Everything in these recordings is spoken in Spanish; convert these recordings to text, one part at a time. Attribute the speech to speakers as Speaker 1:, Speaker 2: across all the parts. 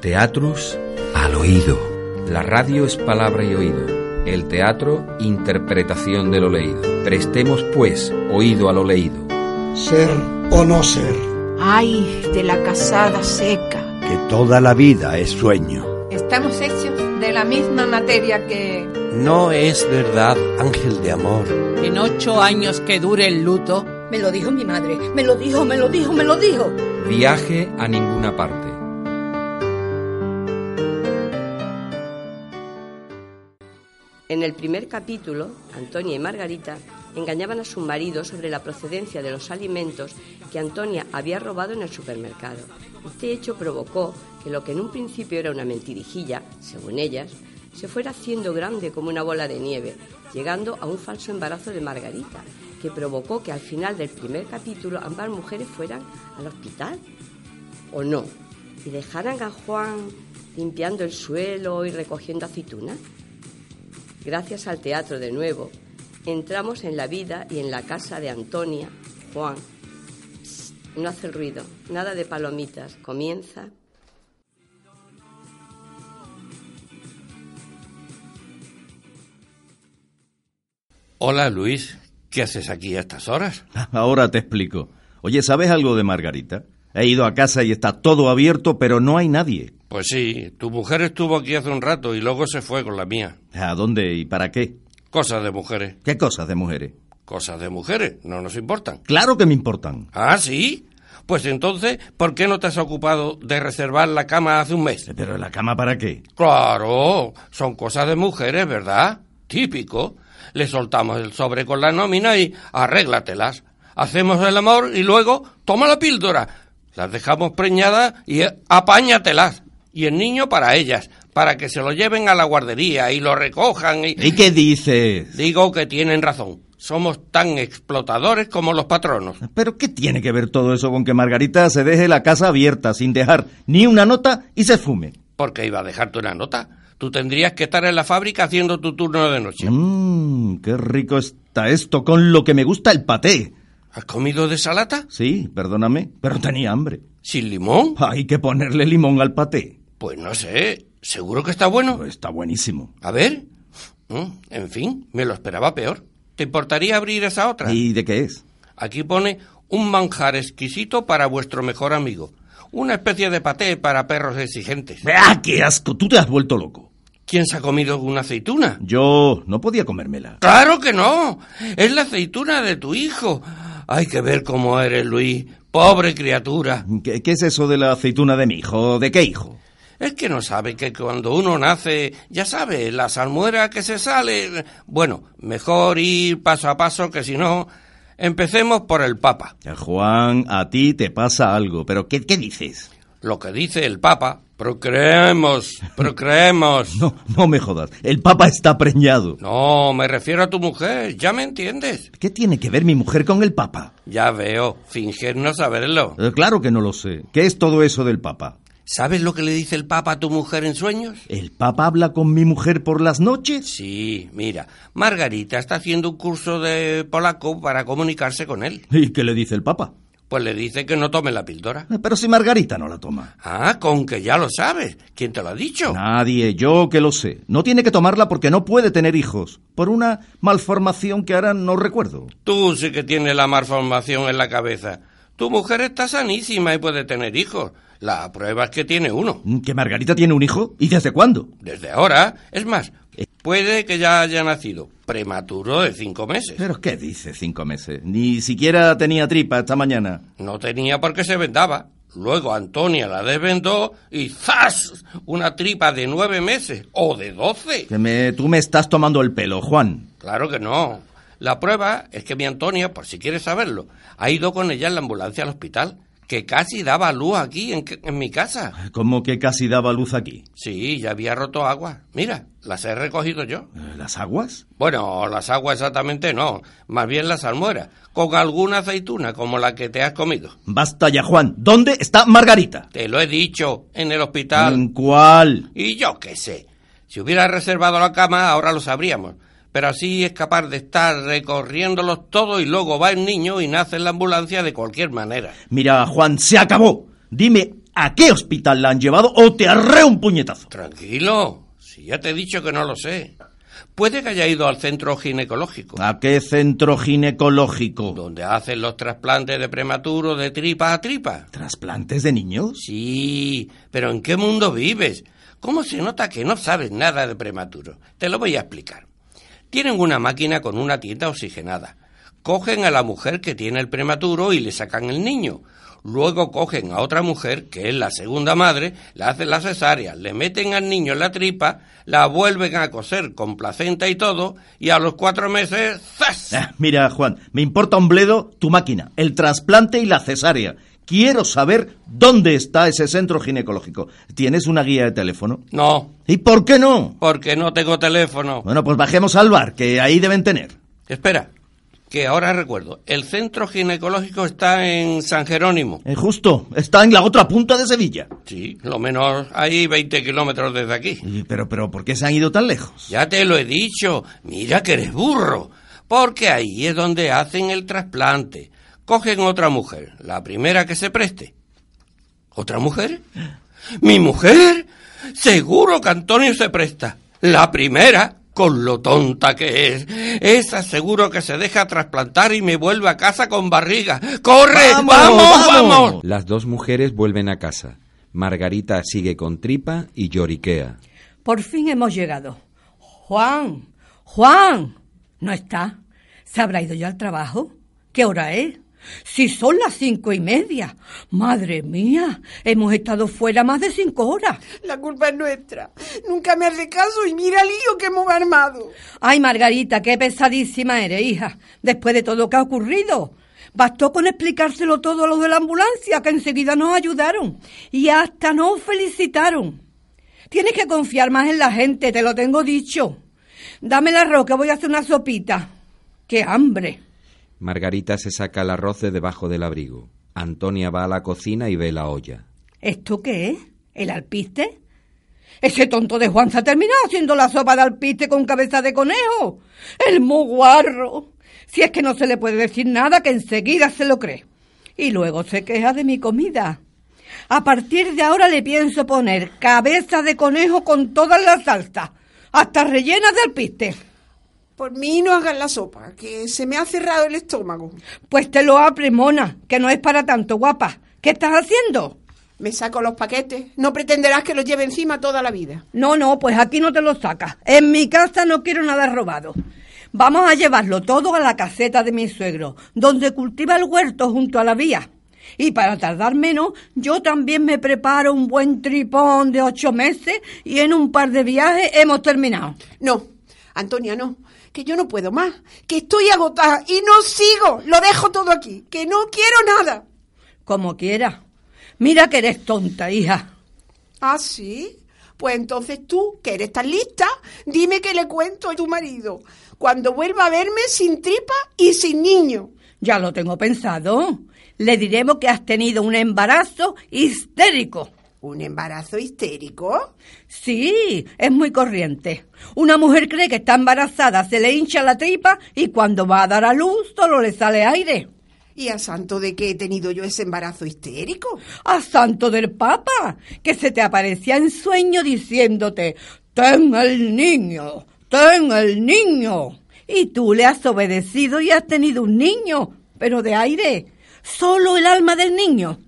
Speaker 1: Teatrus al oído. La radio es palabra y oído. El teatro, interpretación de lo leído. Prestemos, pues, oído a lo leído.
Speaker 2: Ser o no ser.
Speaker 3: Ay, de la casada seca.
Speaker 4: Que toda la vida es sueño.
Speaker 5: Estamos hechos de la misma materia que...
Speaker 6: No es verdad, ángel de amor.
Speaker 7: En ocho años que dure el luto.
Speaker 8: Me lo dijo mi madre, me lo dijo, me lo dijo, me lo dijo.
Speaker 1: Viaje a ninguna parte.
Speaker 9: En el primer capítulo, Antonia y Margarita engañaban a su marido sobre la procedencia de los alimentos que Antonia había robado en el supermercado. Este hecho provocó que lo que en un principio era una mentirijilla, según ellas, se fuera haciendo grande como una bola de nieve, llegando a un falso embarazo de Margarita, que provocó que al final del primer capítulo ambas mujeres fueran al hospital, o no, y dejaran a Juan limpiando el suelo y recogiendo aceitunas. Gracias al teatro de nuevo, entramos en la vida y en la casa de Antonia, Juan. Psst, no hace ruido, nada de palomitas, comienza
Speaker 10: Hola Luis, ¿qué haces aquí a estas horas?
Speaker 11: Ahora te explico. Oye, ¿sabes algo de Margarita? He ido a casa y está todo abierto, pero no hay nadie.
Speaker 10: Pues sí, tu mujer estuvo aquí hace un rato y luego se fue con la mía.
Speaker 11: ¿A dónde y para qué?
Speaker 10: Cosas de mujeres.
Speaker 11: ¿Qué cosas de mujeres?
Speaker 10: Cosas de mujeres, no nos importan.
Speaker 11: Claro que me importan.
Speaker 10: Ah, sí. Pues entonces, ¿por qué no te has ocupado de reservar la cama hace un mes?
Speaker 11: ¿Pero la cama para qué?
Speaker 10: Claro, son cosas de mujeres, ¿verdad? Típico le soltamos el sobre con la nómina y arréglatelas. Hacemos el amor y luego toma la píldora. Las dejamos preñadas y apáñatelas. Y el niño para ellas, para que se lo lleven a la guardería y lo recojan y...
Speaker 11: ¿Y qué dices?
Speaker 10: Digo que tienen razón. Somos tan explotadores como los patronos.
Speaker 11: ¿Pero qué tiene que ver todo eso con que Margarita se deje la casa abierta sin dejar ni una nota y se fume?
Speaker 10: Porque iba a dejarte una nota tú tendrías que estar en la fábrica haciendo tu turno de noche.
Speaker 11: Mmm, qué rico está esto, con lo que me gusta el paté.
Speaker 10: ¿Has comido de salata?
Speaker 11: Sí, perdóname, pero tenía hambre.
Speaker 10: ¿Sin limón?
Speaker 11: Hay que ponerle limón al paté.
Speaker 10: Pues no sé, ¿seguro que está bueno?
Speaker 11: Pues está buenísimo.
Speaker 10: A ver. Mm, en fin, me lo esperaba peor. ¿Te importaría abrir esa otra?
Speaker 11: ¿Y de qué es?
Speaker 10: Aquí pone un manjar exquisito para vuestro mejor amigo. Una especie de paté para perros exigentes.
Speaker 11: ¡Ah, qué asco! Tú te has vuelto loco.
Speaker 10: ¿Quién se ha comido una aceituna?
Speaker 11: Yo no podía comérmela.
Speaker 10: Claro que no. Es la aceituna de tu hijo. Hay que ver cómo eres, Luis. Pobre criatura.
Speaker 11: ¿Qué, ¿Qué, es eso de la aceituna de mi hijo? ¿De qué hijo?
Speaker 10: Es que no sabe que cuando uno nace, ya sabe, la salmuera que se sale. Bueno, mejor ir paso a paso que si no. Empecemos por el Papa.
Speaker 11: Juan, a ti te pasa algo, pero ¿qué, qué dices?
Speaker 10: Lo que dice el Papa, Procreemos, procreemos.
Speaker 11: No, no me jodas. El Papa está preñado.
Speaker 10: No, me refiero a tu mujer. Ya me entiendes.
Speaker 11: ¿Qué tiene que ver mi mujer con el Papa?
Speaker 10: Ya veo. Fingir no saberlo.
Speaker 11: Eh, claro que no lo sé. ¿Qué es todo eso del Papa?
Speaker 10: ¿Sabes lo que le dice el Papa a tu mujer en sueños?
Speaker 11: ¿El Papa habla con mi mujer por las noches?
Speaker 10: Sí, mira. Margarita está haciendo un curso de polaco para comunicarse con él.
Speaker 11: ¿Y qué le dice el Papa? Eh,
Speaker 10: Pues le dice que no tome la píldora.
Speaker 11: Pero si Margarita no la toma.
Speaker 10: Ah, con que ya lo sabes. ¿Quién te lo ha dicho?
Speaker 11: Nadie, yo que lo sé. No tiene que tomarla porque no puede tener hijos. Por una malformación que ahora no recuerdo.
Speaker 10: Tú sí que tienes la malformación en la cabeza. Tu mujer está sanísima y puede tener hijos. La prueba es que tiene uno.
Speaker 11: ¿Que Margarita tiene un hijo? ¿Y desde cuándo?
Speaker 10: Desde ahora. Es más, eh, puede que ya haya nacido prematuro de cinco meses.
Speaker 11: ¿Pero qué dice cinco meses? Ni siquiera tenía tripa esta mañana.
Speaker 10: No tenía porque se vendaba. Luego Antonia la desvendó y ¡zas! Una tripa de nueve meses o de doce.
Speaker 11: Que me, tú me estás tomando el pelo, Juan.
Speaker 10: Claro que no. La prueba es que mi Antonia, por si quieres saberlo, ha ido con ella en la ambulancia al hospital que casi daba luz aquí, en, en, mi casa.
Speaker 11: ¿Cómo que casi daba luz aquí?
Speaker 10: Sí, ya había roto agua. Mira, las he recogido yo.
Speaker 11: ¿Las aguas?
Speaker 10: Bueno, las aguas exactamente no, más bien las almueras, con alguna aceituna como la que te has comido.
Speaker 11: Basta ya, Juan. ¿Dónde está Margarita?
Speaker 10: Te lo he dicho, en el hospital.
Speaker 11: ¿En cuál?
Speaker 10: Y yo qué sé. Si hubiera reservado la cama, ahora lo sabríamos. Pero así es capaz de estar recorriéndolos todos y luego va el niño y nace en la ambulancia de cualquier manera.
Speaker 11: Mira, Juan, se acabó. Dime a qué hospital la han llevado o te arreo un puñetazo.
Speaker 10: Tranquilo, si ya te he dicho que no lo sé. Puede que haya ido al centro ginecológico.
Speaker 11: ¿A qué centro ginecológico?
Speaker 10: Donde hacen los trasplantes de prematuro de tripa a tripa.
Speaker 11: ¿Trasplantes de niños?
Speaker 10: Sí, pero ¿en qué mundo vives? ¿Cómo se nota que no sabes nada de prematuro? Te lo voy a explicar. Tienen una máquina con una tienda oxigenada. Cogen a la mujer que tiene el prematuro y le sacan el niño. Luego cogen a otra mujer, que es la segunda madre, le hacen la cesárea, le meten al niño en la tripa, la vuelven a coser con placenta y todo, y a los cuatro meses, ¡zas!
Speaker 11: Ah, mira, Juan, me importa un bledo tu máquina, el trasplante y la cesárea. Quiero saber dónde está ese centro ginecológico. ¿Tienes una guía de teléfono?
Speaker 10: No,
Speaker 11: ¿Y por qué no?
Speaker 10: porque no tengo teléfono.
Speaker 11: Bueno, pues bajemos al bar, que ahí deben tener.
Speaker 10: Espera, que ahora recuerdo, el centro ginecológico está en San Jerónimo.
Speaker 11: Es Eh, justo, está en la otra punta de Sevilla.
Speaker 10: Sí, lo menos hay 20 kilómetros desde aquí.
Speaker 11: Y- Pero, pero, ¿por qué se han ido tan lejos?
Speaker 10: Ya te lo he dicho, mira que eres burro, porque ahí es donde hacen el trasplante. Cogen otra mujer, la primera que se preste. ¿Otra mujer? ¿Mi mujer? Seguro que Antonio se presta. La primera, con lo tonta que es. Esa seguro que se deja trasplantar y me vuelve a casa con barriga. ¡Corre!
Speaker 11: ¡Vamos,
Speaker 10: ¡Vamos,
Speaker 11: vamos!
Speaker 10: vamos!
Speaker 1: Las dos mujeres vuelven a casa. Margarita sigue con tripa y lloriquea.
Speaker 8: Por fin hemos llegado. Juan, Juan, no está. ¿Se habrá ido ya al trabajo? ¿Qué hora es? Si son las cinco y media. Madre mía, hemos estado fuera más de cinco horas.
Speaker 3: La culpa es nuestra. Nunca me hace caso y mira el lío que hemos armado.
Speaker 8: Ay, Margarita, qué pesadísima eres, hija. Después de todo lo que ha ocurrido. Bastó con explicárselo todo a los de la ambulancia, que enseguida nos ayudaron. Y hasta nos felicitaron. Tienes que confiar más en la gente, te lo tengo dicho. Dame el arroz, que voy a hacer una sopita. ¡Qué hambre!
Speaker 1: Margarita se saca el arroz de debajo del abrigo. Antonia va a la cocina y ve la olla.
Speaker 8: ¿Esto qué es? ¿El alpiste? Ese tonto de Juan se ha terminado haciendo la sopa de alpiste con cabeza de conejo. El muguarro. Si es que no se le puede decir nada, que enseguida se lo cree. Y luego se queja de mi comida. A partir de ahora le pienso poner cabeza de conejo con todas las salsas, hasta rellenas de alpiste.
Speaker 3: Por mí no hagan la sopa, que se me ha cerrado el estómago.
Speaker 8: Pues te lo apres, mona, que no es para tanto, guapa. ¿Qué estás haciendo?
Speaker 3: Me saco los paquetes. No pretenderás que los lleve encima toda la vida.
Speaker 8: No, no, pues aquí no te lo sacas. En mi casa no quiero nada robado. Vamos a llevarlo todo a la caseta de mi suegro, donde cultiva el huerto junto a la vía. Y para tardar menos, yo también me preparo un buen tripón de ocho meses y en un par de viajes hemos terminado.
Speaker 3: No, Antonia, no. Que yo no puedo más. Que estoy agotada y no sigo. Lo dejo todo aquí. Que no quiero nada.
Speaker 8: Como quiera. Mira que eres tonta, hija.
Speaker 3: ¿Ah, sí? Pues entonces tú, que eres tan lista, dime qué le cuento a tu marido. Cuando vuelva a verme sin tripa y sin niño.
Speaker 8: Ya lo tengo pensado. Le diremos que has tenido un embarazo histérico.
Speaker 3: ¿Un embarazo histérico?
Speaker 8: Sí, es muy corriente. Una mujer cree que está embarazada, se le hincha la tripa y cuando va a dar a luz solo le sale aire.
Speaker 3: ¿Y a santo de qué he tenido yo ese embarazo histérico?
Speaker 8: A santo del Papa, que se te aparecía en sueño diciéndote, ten el niño, ten el niño. Y tú le has obedecido y has tenido un niño, pero de aire, solo el alma del niño.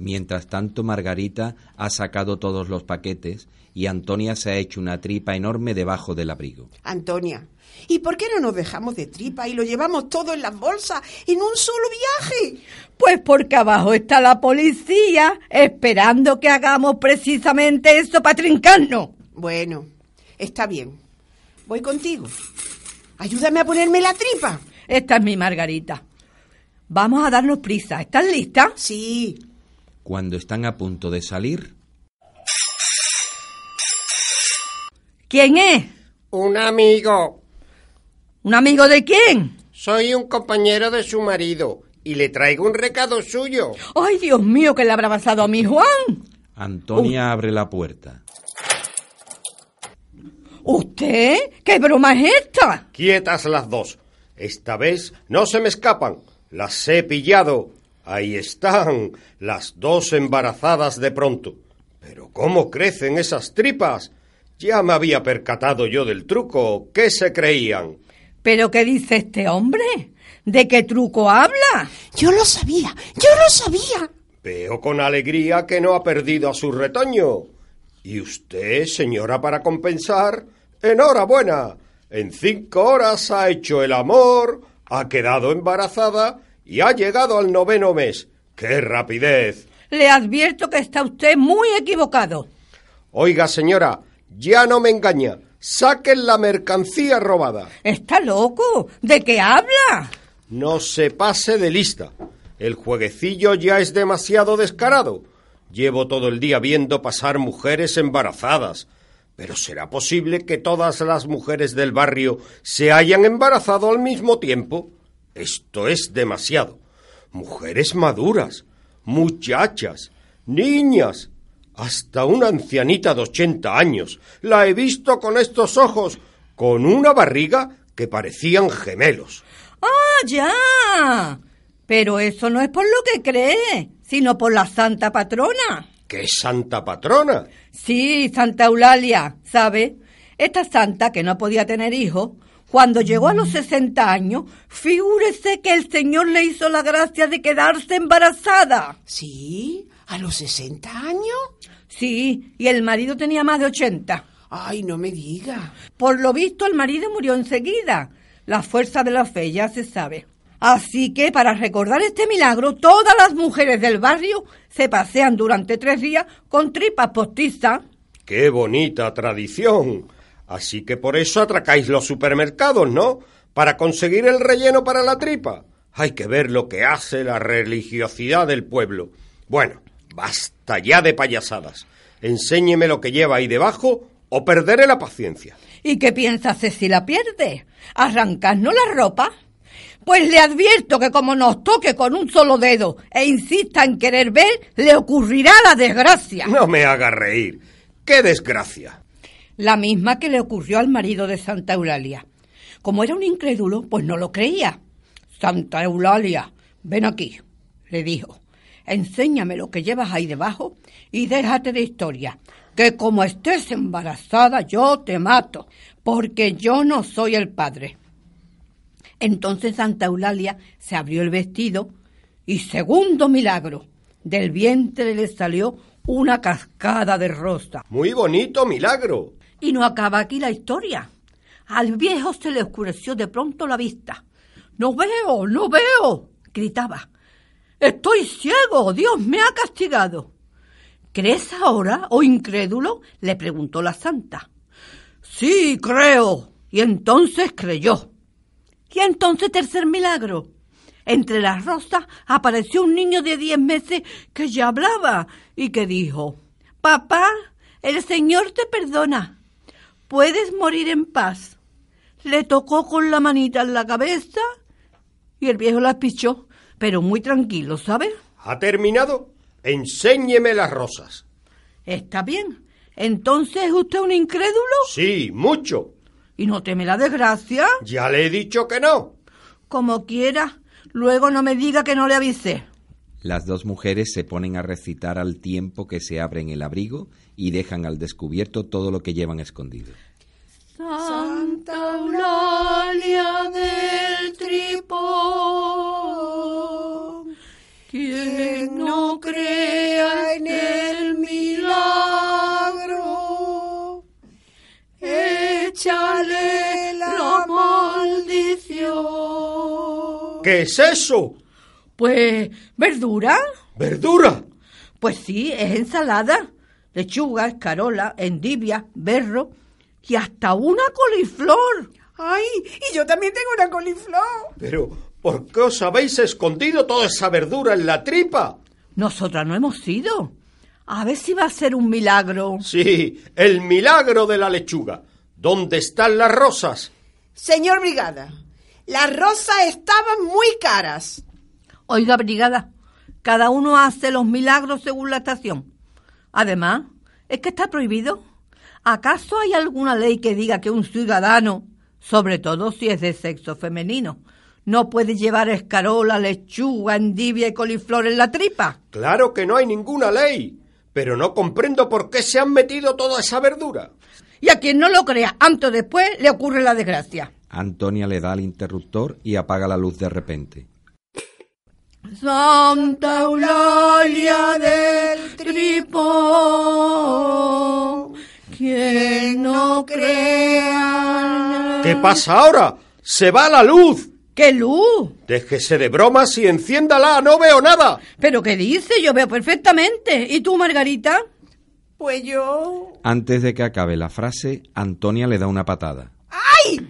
Speaker 1: Mientras tanto, Margarita ha sacado todos los paquetes y Antonia se ha hecho una tripa enorme debajo del abrigo.
Speaker 3: Antonia, ¿y por qué no nos dejamos de tripa y lo llevamos todo en las bolsas en un solo viaje?
Speaker 8: Pues porque abajo está la policía esperando que hagamos precisamente eso para trincarnos.
Speaker 3: Bueno, está bien. Voy contigo. Ayúdame a ponerme la tripa.
Speaker 8: Esta es mi Margarita. Vamos a darnos prisa. ¿Estás lista?
Speaker 3: Sí,
Speaker 1: Cuando están a punto de salir,
Speaker 8: ¿Quién es?
Speaker 12: Un amigo.
Speaker 8: ¿Un amigo de quién?
Speaker 12: Soy un compañero de su marido y le traigo un recado suyo.
Speaker 8: ¡Ay, Dios mío, que le habrá pasado a mi Juan!
Speaker 1: Antonia abre la puerta.
Speaker 8: ¿Usted? ¿Qué broma es esta?
Speaker 12: Quietas las dos. Esta vez no se me escapan. Las he pillado. Ahí están, las dos embarazadas de pronto. Pero ¿cómo crecen esas tripas? Ya me había percatado yo del truco. ¿Qué se creían?
Speaker 8: ¿Pero qué dice este hombre? ¿De qué truco habla?
Speaker 3: Yo lo sabía, yo lo sabía.
Speaker 12: Veo con alegría que no ha perdido a su retoño. Y usted, señora, para compensar, enhorabuena. En cinco horas ha hecho el amor, ha quedado embarazada y ha llegado al noveno mes. ¡Qué rapidez!
Speaker 8: Le advierto que está usted muy equivocado.
Speaker 12: Oiga, señora, ya no me engaña. Saquen la mercancía robada.
Speaker 8: ¿Está loco? ¿De qué habla?
Speaker 12: No se pase de lista. El jueguecillo ya es demasiado descarado. Llevo todo el día viendo pasar mujeres embarazadas. Pero ¿será posible que todas las mujeres del barrio se hayan embarazado al mismo tiempo? Esto es demasiado. Mujeres maduras, muchachas, niñas, hasta una ancianita de ochenta años. La he visto con estos ojos, con una barriga que parecían gemelos.
Speaker 8: ¡Ah, ya! Pero eso no es por lo que cree, sino por la Santa Patrona.
Speaker 12: ¿Qué santa patrona?
Speaker 8: Sí, Santa Eulalia, ¿sabe? Esta santa que no podía tener hijos, cuando llegó a los 60 años, figúrese que el Señor le hizo la gracia de quedarse embarazada.
Speaker 3: ¿Sí? ¿A los 60 años?
Speaker 8: Sí, y el marido tenía más de 80.
Speaker 3: Ay, no me diga.
Speaker 8: Por lo visto, el marido murió enseguida. La fuerza de la fe ya se sabe. Así que para recordar este milagro, todas las mujeres del barrio se pasean durante tres días con tripas postizas.
Speaker 12: ¡Qué bonita tradición! Así que por eso atracáis los supermercados, ¿no? Para conseguir el relleno para la tripa. Hay que ver lo que hace la religiosidad del pueblo. Bueno, basta ya de payasadas. Enséñeme lo que lleva ahí debajo o perderé la paciencia.
Speaker 8: ¿Y qué piensas hacer si la pierde? ¿Arrancarnos la ropa? Pues le advierto que como nos toque con un solo dedo e insista en querer ver, le ocurrirá la desgracia.
Speaker 12: No me haga reír. ¡Qué desgracia!
Speaker 8: La misma que le ocurrió al marido de Santa Eulalia. Como era un incrédulo, pues no lo creía. Santa Eulalia, ven aquí, le dijo. Enséñame lo que llevas ahí debajo y déjate de historia, que como estés embarazada yo te mato, porque yo no soy el padre. Entonces Santa Eulalia se abrió el vestido y segundo milagro, del vientre le salió una cascada de rosa.
Speaker 12: Muy bonito milagro.
Speaker 8: Y no acaba aquí la historia. Al viejo se le oscureció de pronto la vista. No veo, no veo, gritaba. Estoy ciego, Dios me ha castigado. ¿Crees ahora, oh incrédulo? le preguntó la santa. Sí, creo. Y entonces creyó. Y entonces tercer milagro. Entre las rosas apareció un niño de diez meses que ya hablaba y que dijo, Papá, el Señor te perdona. Puedes morir en paz. Le tocó con la manita en la cabeza y el viejo la pichó, pero muy tranquilo, ¿sabes?
Speaker 12: ¿Ha terminado? Enséñeme las rosas.
Speaker 8: Está bien. Entonces, ¿es usted un incrédulo?
Speaker 12: Sí, mucho.
Speaker 8: ¿Y no teme la desgracia?
Speaker 12: Ya le he dicho que no.
Speaker 8: Como quiera. Luego no me diga que no le avisé.
Speaker 1: Las dos mujeres se ponen a recitar al tiempo que se abren el abrigo y dejan al descubierto todo lo que llevan escondido.
Speaker 13: Santa Eulalia del Tripón, quien no crea en el milagro, échale la maldición.
Speaker 12: ¿Qué es eso?
Speaker 8: Pues verdura.
Speaker 12: ¿Verdura?
Speaker 8: Pues sí, es ensalada, lechuga, escarola, endivia, berro y hasta una coliflor.
Speaker 3: Ay, y yo también tengo una coliflor.
Speaker 12: Pero, ¿por qué os habéis escondido toda esa verdura en la tripa?
Speaker 8: Nosotras no hemos ido. A ver si va a ser un milagro.
Speaker 12: Sí, el milagro de la lechuga. ¿Dónde están las rosas?
Speaker 3: Señor Brigada, las rosas estaban muy caras.
Speaker 8: Oiga, brigada, cada uno hace los milagros según la estación. Además, es que está prohibido. ¿Acaso hay alguna ley que diga que un ciudadano, sobre todo si es de sexo femenino, No puede llevar escarola, lechuga, endivia y coliflor en la tripa.
Speaker 12: Claro que no hay ninguna ley, pero no comprendo por qué se han metido toda esa verdura.
Speaker 8: Y a quien no lo crea, antes o después le ocurre la desgracia.
Speaker 1: Antonia le da al interruptor y apaga la luz de repente.
Speaker 13: Santa Eulalia del Tripón, quien no crea.
Speaker 8: Ah.
Speaker 12: ¿Qué pasa ahora? ¡Se va la luz!
Speaker 8: ¡Qué luz!
Speaker 12: Déjese de bromas y enciéndala, no veo nada.
Speaker 8: ¿Pero qué dice? Yo veo perfectamente. ¿Y tú, Margarita?
Speaker 3: Pues yo.
Speaker 1: Antes de que acabe la frase, Antonia le da una patada.
Speaker 8: ¡Ay!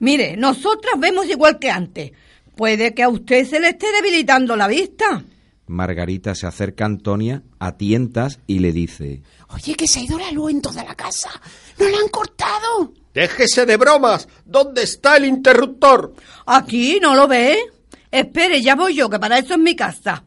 Speaker 8: Mire, nosotras vemos igual que antes. Puede que a usted se le esté debilitando la vista.
Speaker 1: Margarita se acerca a Antonia a tientas y le dice...
Speaker 3: Oye, que se ha ido la luz en toda la casa. ¡No la han cortado!
Speaker 12: Déjese de bromas. ¿Dónde está el interruptor?
Speaker 8: Aquí, ¿no lo ve? Espere, ya voy yo, que para eso es mi casa.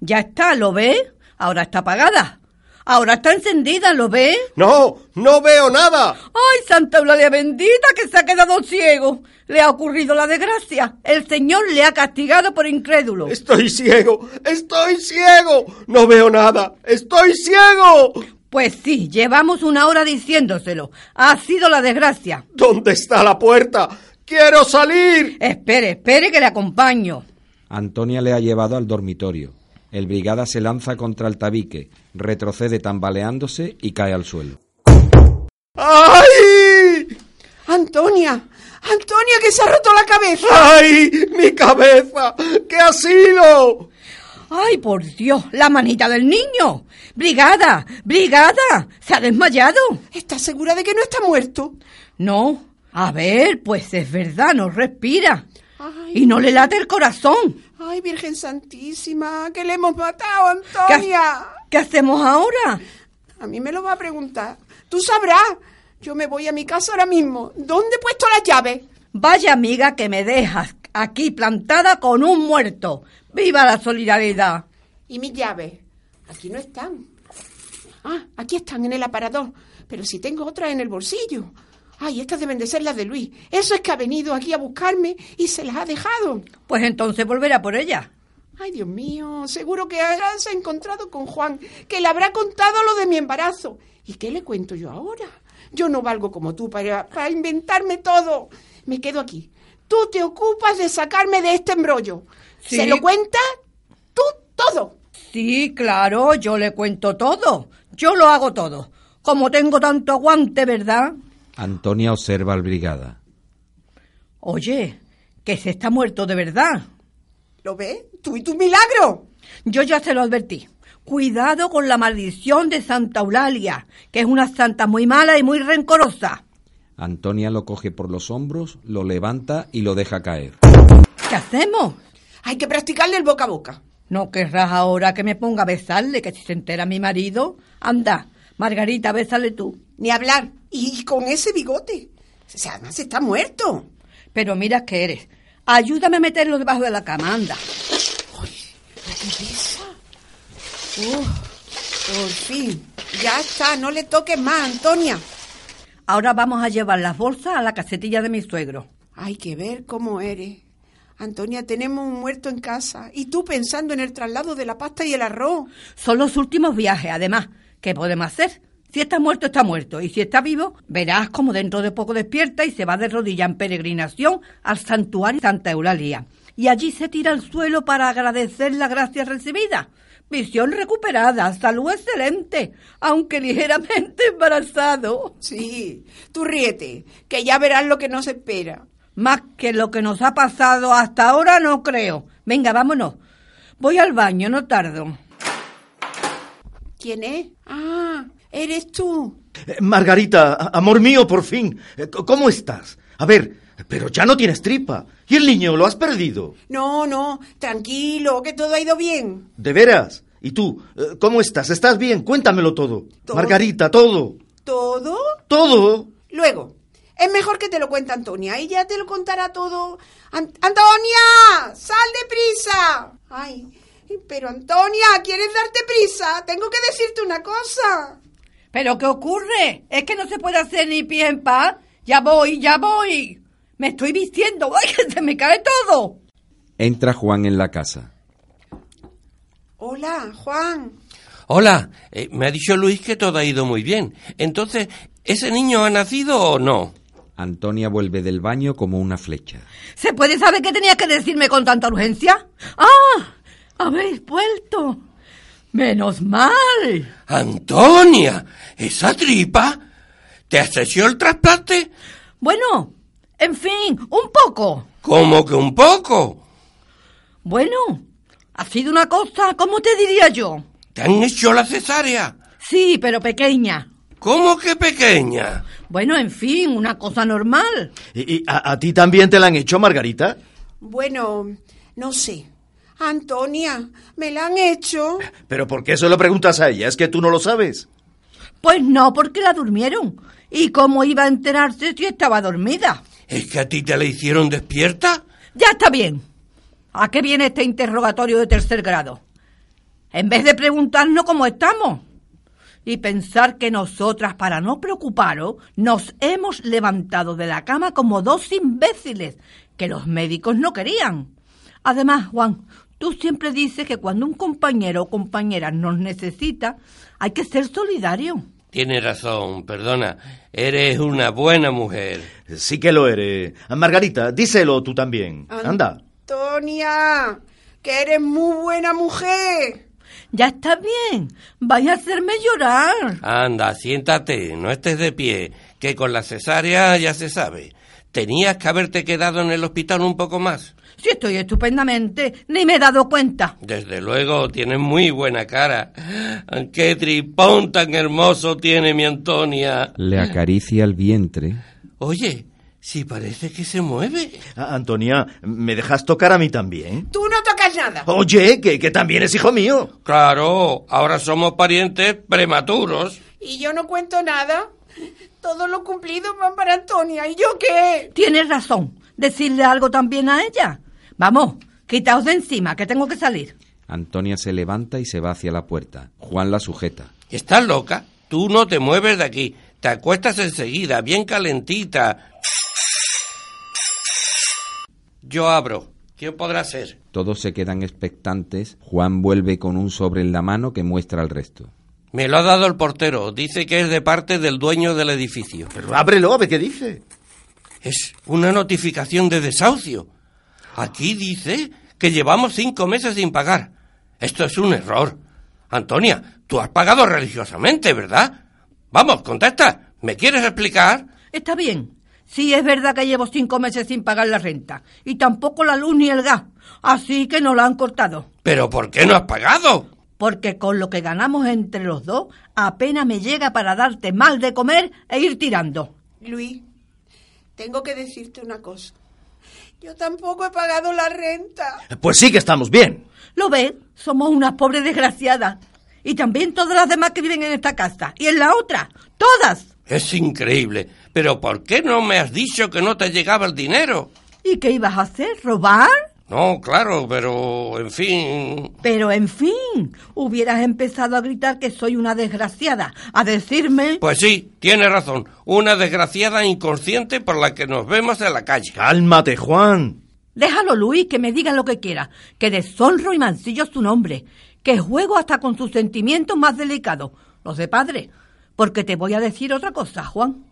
Speaker 8: Ya está, ¿lo ve? Ahora está apagada. Ahora está encendida, ¿lo ve?
Speaker 12: No, no veo nada.
Speaker 8: ¡Ay, Santa Eulalia bendita, que se ha quedado ciego! Le ha ocurrido la desgracia. El Señor le ha castigado por incrédulo.
Speaker 12: Estoy ciego, estoy ciego. No veo nada. Estoy ciego.
Speaker 8: Pues sí, llevamos una hora diciéndoselo. Ha sido la desgracia.
Speaker 12: ¿Dónde está la puerta? Quiero salir.
Speaker 8: Espere, espere que le acompaño.
Speaker 1: Antonia le ha llevado al dormitorio. El brigada se lanza contra el tabique, retrocede tambaleándose y cae al suelo.
Speaker 12: ¡Ay!
Speaker 3: Antonia, Antonia, que se ha roto la cabeza.
Speaker 12: ¡Ay! ¡Mi cabeza! ¿Qué ha sido?
Speaker 8: ¡Ay, por Dios! ¡La manita del niño! ¡Brigada! ¡Brigada! ¡Se ha desmayado!
Speaker 3: ¿Estás segura de que no está muerto?
Speaker 8: No. A ver, pues es verdad, no respira. Ay. Y no le late el corazón.
Speaker 3: Ay, Virgen Santísima, que le hemos matado, Antonia.
Speaker 8: ¿Qué, ¿Qué, hacemos ahora?
Speaker 3: A mí me lo va a preguntar. Tú sabrás. Yo me voy a mi casa ahora mismo. ¿Dónde he puesto las llaves?
Speaker 8: Vaya amiga que me dejas aquí plantada con un muerto. ¡Viva la solidaridad!
Speaker 3: ¿Y mis llaves? Aquí no están. Ah, aquí están en el aparador. Pero si tengo otras en el bolsillo. Ay, estas deben de ser las de Luis. Eso es que ha venido aquí a buscarme y se las ha dejado.
Speaker 8: Pues entonces volverá por ella.
Speaker 3: Ay, Dios mío, seguro que ahora se ha encontrado con Juan, que le habrá contado lo de mi embarazo. ¿Y qué le cuento yo ahora? Yo no valgo como tú para, para inventarme todo. Me quedo aquí. Tú te ocupas de sacarme de este embrollo. Sí. Se lo cuentas tú todo.
Speaker 8: Sí, claro, yo le cuento todo. Yo lo hago todo. Como tengo tanto aguante, ¿verdad?
Speaker 1: Antonia observa al brigada.
Speaker 8: Oye, que se está muerto de verdad.
Speaker 3: ¿Lo ves? Tú y tu milagro.
Speaker 8: Yo ya se lo advertí. Cuidado con la maldición de Santa Eulalia, que es una santa muy mala y muy rencorosa.
Speaker 1: Antonia lo coge por los hombros, lo levanta y lo deja caer.
Speaker 8: ¿Qué hacemos?
Speaker 3: Hay que practicarle el boca a boca.
Speaker 8: No querrás ahora que me ponga a besarle, que si se entera mi marido. Anda, Margarita, bésale tú.
Speaker 3: Ni hablar. Y con ese bigote. O sea, además está muerto.
Speaker 8: Pero mira que eres. Ayúdame a meterlo debajo de la cama, anda.
Speaker 3: Uy, la que pesa. Uh, por fin. Ya está, no le toques más, Antonia.
Speaker 8: Ahora vamos a llevar las bolsas a la casetilla de mi suegro.
Speaker 3: Hay que ver cómo eres. Antonia, tenemos un muerto en casa. Y tú pensando en el traslado de la pasta y el arroz.
Speaker 8: Son los últimos viajes, además. ¿Qué podemos hacer? Si está muerto, está muerto. Y si está vivo, verás como dentro de poco despierta y se va de rodilla en peregrinación al santuario Santa Eulalia. Y allí se tira al suelo para agradecer la gracia recibida. Visión recuperada, salud excelente, aunque ligeramente embarazado.
Speaker 3: Sí, tú ríete, que ya verás lo que nos espera.
Speaker 8: Más que lo que nos ha pasado hasta ahora, no creo. Venga, vámonos. Voy al baño, no tardo.
Speaker 3: ¿Quién es? Ah, eres tú.
Speaker 11: Eh, Margarita, amor mío, por fin. Eh, ¿Cómo estás? A ver, pero ya no tienes tripa. ¿Y el niño lo has perdido?
Speaker 3: No, no, tranquilo, que todo ha ido bien.
Speaker 11: ¿De veras? ¿Y tú? Eh, ¿Cómo estás? ¿Estás bien? Cuéntamelo todo. ¿Todo? Margarita, todo.
Speaker 3: ¿Todo?
Speaker 11: Todo.
Speaker 3: Luego, es mejor que te lo cuente Antonia. Ella te lo contará todo. An ¡Antonia! ¡Sal de prisa! ¡Ay! Pero Antonia, ¿quieres darte prisa? Tengo que decirte una cosa.
Speaker 8: ¿Pero qué ocurre? Es que no se puede hacer ni pie en paz. Ya voy, ya voy. Me estoy vistiendo. ¡Ay, que se me cae todo!
Speaker 1: Entra Juan en la casa.
Speaker 3: Hola, Juan.
Speaker 10: Hola, eh, me ha dicho Luis que todo ha ido muy bien. Entonces, ¿ese niño ha nacido o no?
Speaker 1: Antonia vuelve del baño como una flecha.
Speaker 8: ¿Se puede saber qué tenías que decirme con tanta urgencia? ¡Ah! ¡Habéis vuelto! ¡Menos mal!
Speaker 10: Antonia, esa tripa. ¿Te has hecho el trasplante?
Speaker 8: Bueno, en fin, un poco.
Speaker 10: ¿Cómo que un poco?
Speaker 8: Bueno, ha sido una cosa, ¿cómo te diría yo?
Speaker 10: ¿Te han hecho la cesárea?
Speaker 8: Sí, pero pequeña.
Speaker 10: ¿Cómo que pequeña?
Speaker 8: Bueno, en fin, una cosa normal.
Speaker 11: ¿Y, y a, a ti también te la han hecho, Margarita?
Speaker 3: Bueno, no sé. Antonia, me la han hecho.
Speaker 11: ¿Pero por qué se lo preguntas a ella? ¿Es que tú no lo sabes?
Speaker 8: Pues no, porque la durmieron. ¿Y cómo iba a enterarse si estaba dormida?
Speaker 10: ¿Es que a ti te la hicieron despierta?
Speaker 8: Ya está bien. ¿A qué viene este interrogatorio de tercer grado? En vez de preguntarnos cómo estamos y pensar que nosotras, para no preocuparos, nos hemos levantado de la cama como dos imbéciles que los médicos no querían. Además, Juan, tú siempre dices que cuando un compañero o compañera nos necesita, hay que ser solidario.
Speaker 10: Tienes razón, perdona. Eres una buena mujer.
Speaker 11: Sí que lo eres. Margarita, díselo tú también. Anda.
Speaker 3: Antonia, que eres muy buena mujer.
Speaker 8: Ya está bien. Vais a hacerme llorar.
Speaker 10: Anda, siéntate, no estés de pie, que con la cesárea ya se sabe. Tenías que haberte quedado en el hospital un poco más.
Speaker 8: Sí, estoy estupendamente. Ni me he dado cuenta.
Speaker 10: Desde luego, tienes muy buena cara. ¡Qué tripón tan hermoso tiene mi Antonia!
Speaker 1: Le acaricia el vientre.
Speaker 10: Oye, si parece que se mueve.
Speaker 11: Ah, Antonia, ¿me dejas tocar a mí también?
Speaker 3: Tú no tocas nada.
Speaker 11: Oye, que, que también es hijo mío.
Speaker 10: Claro, ahora somos parientes prematuros.
Speaker 3: Y yo no cuento nada. Todo lo cumplido van para Antonia. ¿Y yo qué?
Speaker 8: Tienes razón. Decirle algo también a ella. Vamos, quitaos de encima, que tengo que salir.
Speaker 1: Antonia se levanta y se va hacia la puerta. Juan la sujeta.
Speaker 10: ¿Estás loca? Tú no te mueves de aquí. Te acuestas enseguida, bien calentita. Yo abro. ¿Quién podrá ser?
Speaker 1: Todos se quedan expectantes. Juan vuelve con un sobre en la mano que muestra al resto.
Speaker 10: Me lo ha dado el portero. Dice que es de parte del dueño del edificio.
Speaker 11: Pero ábrelo, a ver qué dice.
Speaker 10: Es una notificación de desahucio. Aquí dice que llevamos cinco meses sin pagar. Esto es un error. Antonia, tú has pagado religiosamente, ¿verdad? Vamos, contesta. ¿Me quieres explicar?
Speaker 8: Está bien. Sí, es verdad que llevo cinco meses sin pagar la renta. Y tampoco la luz ni el gas. Así que no la han cortado.
Speaker 10: ¿Pero por qué no has pagado?
Speaker 8: Porque con lo que ganamos entre los dos, apenas me llega para darte mal de comer e ir tirando.
Speaker 3: Luis, tengo que decirte una cosa. Yo tampoco he pagado la renta.
Speaker 11: Pues sí que estamos bien.
Speaker 8: ¿Lo ves? Somos unas pobres desgraciadas. Y también todas las demás que viven en esta casa. Y en la otra. Todas.
Speaker 10: Es increíble. Pero ¿por qué no me has dicho que no te llegaba el dinero?
Speaker 8: ¿Y qué ibas a hacer? ¿Robar?
Speaker 10: No, claro, pero en fin.
Speaker 8: Pero en fin, hubieras empezado a gritar que soy una desgraciada, a decirme...
Speaker 10: Pues sí, tiene razón, una desgraciada inconsciente por la que nos vemos en la calle.
Speaker 11: Cálmate, Juan.
Speaker 8: Déjalo, Luis, que me diga lo que quiera, que deshonro y mancillo su nombre, que juego hasta con sus sentimientos más delicados, los de padre, porque te voy a decir otra cosa, Juan.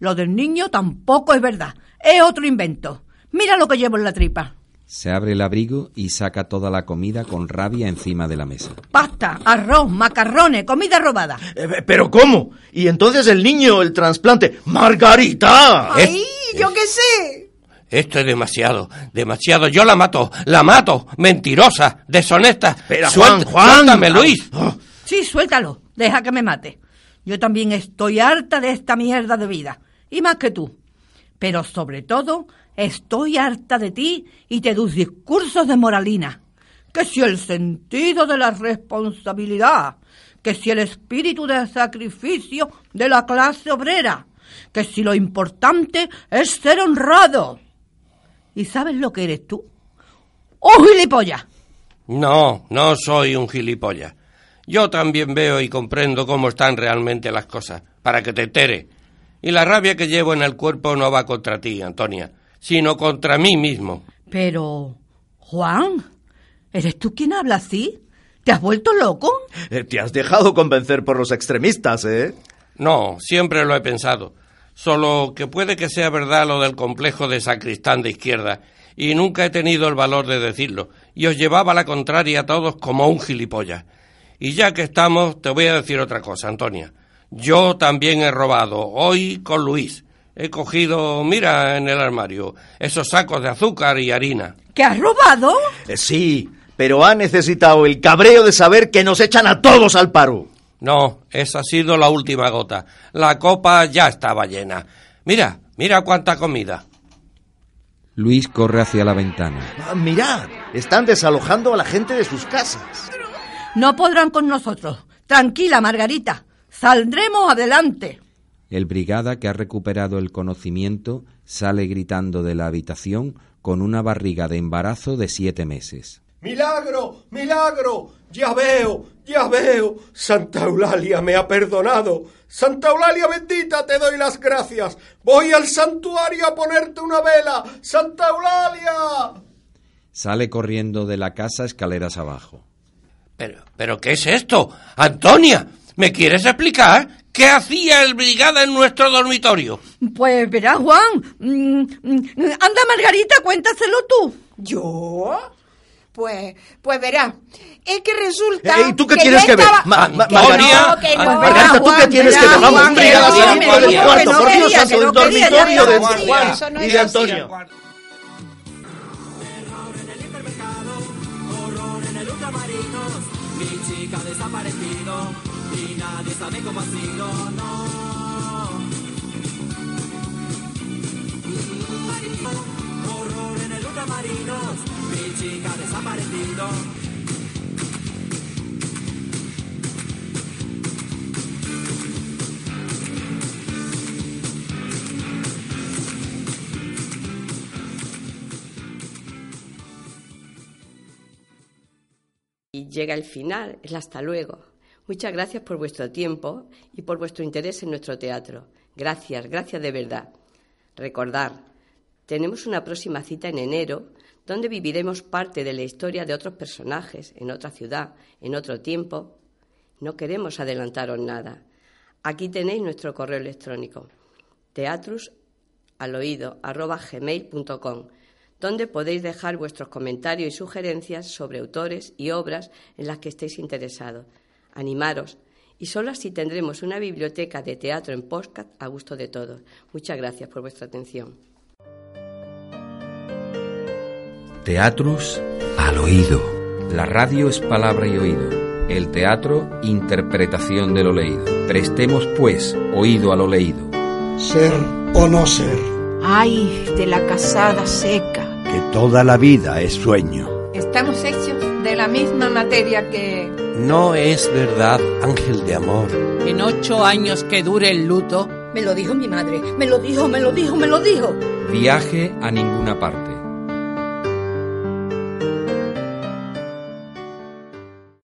Speaker 8: Lo del niño tampoco es verdad, es otro invento. Mira lo que llevo en la tripa.
Speaker 1: Se abre el abrigo y saca toda la comida con rabia encima de la mesa.
Speaker 8: Pasta, arroz, macarrones, comida robada.
Speaker 11: Eh, ¿Pero cómo? ¿Y entonces el niño, el trasplante? ¡Margarita!
Speaker 3: ¡Ay, es,
Speaker 11: ¿Eh?
Speaker 3: yo qué sé!
Speaker 10: Esto es demasiado, demasiado. Yo la mato, la mato. Mentirosa, deshonesta.
Speaker 11: Pero Juan, Juan. Ah,
Speaker 10: Suéltame, Luis.
Speaker 8: Sí, suéltalo. Deja que me mate. Yo también estoy harta de esta mierda de vida. Y más que tú. Pero sobre todo, Estoy harta de ti y de tus discursos de moralina. Que si el sentido de la responsabilidad, que si el espíritu de sacrificio de la clase obrera, que si lo importante es ser honrado. ¿Y sabes lo que eres tú? ¡Un gilipollas!
Speaker 10: No, no soy un gilipollas. Yo también veo y comprendo cómo están realmente las cosas, para que te entere. Y la rabia que llevo en el cuerpo no va contra ti, Antonia sino contra mí mismo.
Speaker 8: Pero, Juan, ¿eres tú quien habla así? ¿Te has vuelto loco?
Speaker 11: Eh, Te has dejado convencer por los extremistas, ¿eh?
Speaker 10: No, siempre lo he pensado. Solo que puede que sea verdad lo del complejo de sacristán de izquierda, y nunca he tenido el valor de decirlo, y os llevaba la contraria a todos como un gilipollas. Y ya que estamos, te voy a decir otra cosa, Antonia. Yo también he robado, hoy con Luis. He cogido, mira en el armario, esos sacos de azúcar y harina.
Speaker 8: ¿Que has robado?
Speaker 11: Eh, sí, pero ha necesitado el cabreo de saber que nos echan a todos al paro.
Speaker 10: No, esa ha sido la última gota. La copa ya estaba llena. Mira, mira cuánta comida.
Speaker 1: Luis corre hacia la ventana.
Speaker 11: Ah, mirad, están desalojando a la gente de sus casas.
Speaker 8: No podrán con nosotros. Tranquila, Margarita. Saldremos adelante.
Speaker 1: El brigada, que ha recuperado el conocimiento, sale gritando de la habitación con una barriga de embarazo de siete meses.
Speaker 12: ¡Milagro! ¡Milagro! ¡Ya veo! ¡Ya veo! ¡Santa Eulalia me ha perdonado! ¡Santa Eulalia bendita, te doy las gracias! ¡Voy al santuario a ponerte una vela! ¡Santa Eulalia!
Speaker 1: Sale corriendo de la casa escaleras abajo.
Speaker 10: Pero, pero ¿qué es esto? Antonia, ¿me quieres explicar qué hacía el brigada en nuestro dormitorio?
Speaker 8: Pues verás, Juan. Mm, mm, Anda, Margarita, cuéntaselo tú.
Speaker 3: ¿Yo? Pues, pues verás, es que resulta.
Speaker 11: Eh, ¿Y tú qué
Speaker 3: que yo
Speaker 11: tienes que ver?
Speaker 3: estaba-
Speaker 11: Ma- ma-
Speaker 3: que
Speaker 11: Margarita,
Speaker 3: no, que no.
Speaker 11: Margarita, ¿tú qué
Speaker 3: Juan,
Speaker 11: tienes que ver?
Speaker 3: verás,
Speaker 11: Vamos,
Speaker 3: Juan,
Speaker 11: un brigada
Speaker 3: que no,
Speaker 11: saliendo
Speaker 3: que
Speaker 11: del
Speaker 3: no,
Speaker 11: cuarto,
Speaker 3: que
Speaker 11: por
Speaker 3: no
Speaker 11: Dios
Speaker 3: quería,
Speaker 11: santo,
Speaker 3: que
Speaker 11: del
Speaker 3: no quería,
Speaker 11: dormitorio
Speaker 3: ya
Speaker 11: de
Speaker 3: no
Speaker 11: Juan
Speaker 3: hacía, eso no
Speaker 11: y de
Speaker 3: era
Speaker 11: Antonio.
Speaker 9: Y llega el final, el hasta luego. Muchas gracias por vuestro tiempo y por vuestro interés en nuestro teatro. Gracias, gracias de verdad. Recordar, tenemos una próxima cita en enero donde viviremos parte de la historia de otros personajes, en otra ciudad, en otro tiempo. No queremos adelantaros nada. Aquí tenéis nuestro correo electrónico, teatrusaloído.gmail.com donde podéis dejar vuestros comentarios y sugerencias sobre autores y obras en las que estéis interesados. Animaros. Y solo así tendremos una biblioteca de teatro en podcast a gusto de todos. Muchas gracias por vuestra atención.
Speaker 1: Teatrus al oído. La radio es palabra y oído. El teatro, interpretación de lo leído. Prestemos, pues, oído a lo leído.
Speaker 2: Ser o no ser.
Speaker 5: Ay, de la casada seca.
Speaker 4: Que toda la vida es sueño.
Speaker 5: Estamos hechos de la misma materia que...
Speaker 6: No es verdad, ángel de amor.
Speaker 7: En ocho años que dure el luto,
Speaker 8: Me lo dijo mi madre. Me lo dijo, me lo dijo, me lo dijo.
Speaker 1: Viaje a ninguna parte.